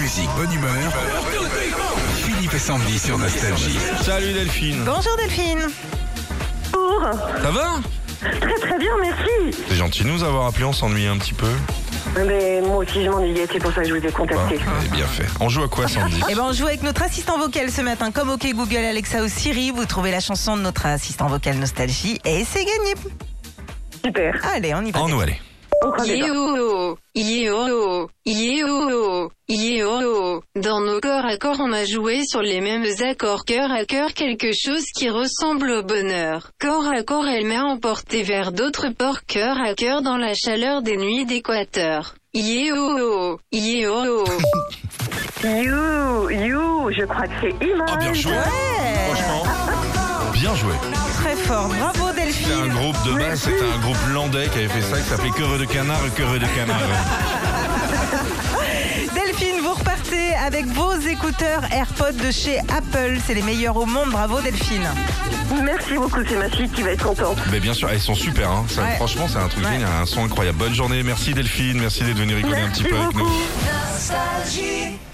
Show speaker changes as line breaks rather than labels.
musique, bonne humeur. Philippe et Sandy sur Nostalgie.
Salut Delphine.
Bonjour Delphine.
Ça va
Très très bien, merci.
C'est gentil de nous avoir appelé, on s'ennuie un petit peu.
Mais moi aussi je m'ennuyais, c'est pour ça que je vous ai
Bah,
contacté.
vous avez bien fait. On joue à quoi Sandy
Eh ben on joue avec notre assistant vocal ce matin, comme OK Google, Alexa ou Siri. Vous trouvez la chanson de notre assistant vocal Nostalgie et c'est gagné.
Super.
Allez, on y va.
En nous allez.
On croise les doigts.
Yo, yo, yo, yo. Dans nos corps à corps, on a joué sur les mêmes accords cœur à cœur quelque chose qui ressemble au bonheur. Corps à corps, elle m'a emporté vers d'autres ports cœur à cœur dans la chaleur des nuits d'équateur. Yo, yo.
You, you, je crois que c'est immense.
Ah bien joué. Franchement, bien joué.
Très fort. Bravo
C'est un
Delphine.
groupe de base, c'était un groupe landais qui avait fait ça, qui s'appelait Cœur de canard, Cœur de canard.
Delphine, vous repartez avec vos écouteurs AirPods de chez Apple. C'est les meilleurs au monde. Bravo Delphine.
Merci beaucoup, c'est ma fille qui va être contente.
Mais bien sûr, elles sont super. Hein. Ça,
Ouais.
Franchement, c'est un truc
Ouais.
génial, un son incroyable. Bonne journée, merci Delphine, merci d'être venu rigoler un petit
Merci
peu avec
beaucoup.
nous.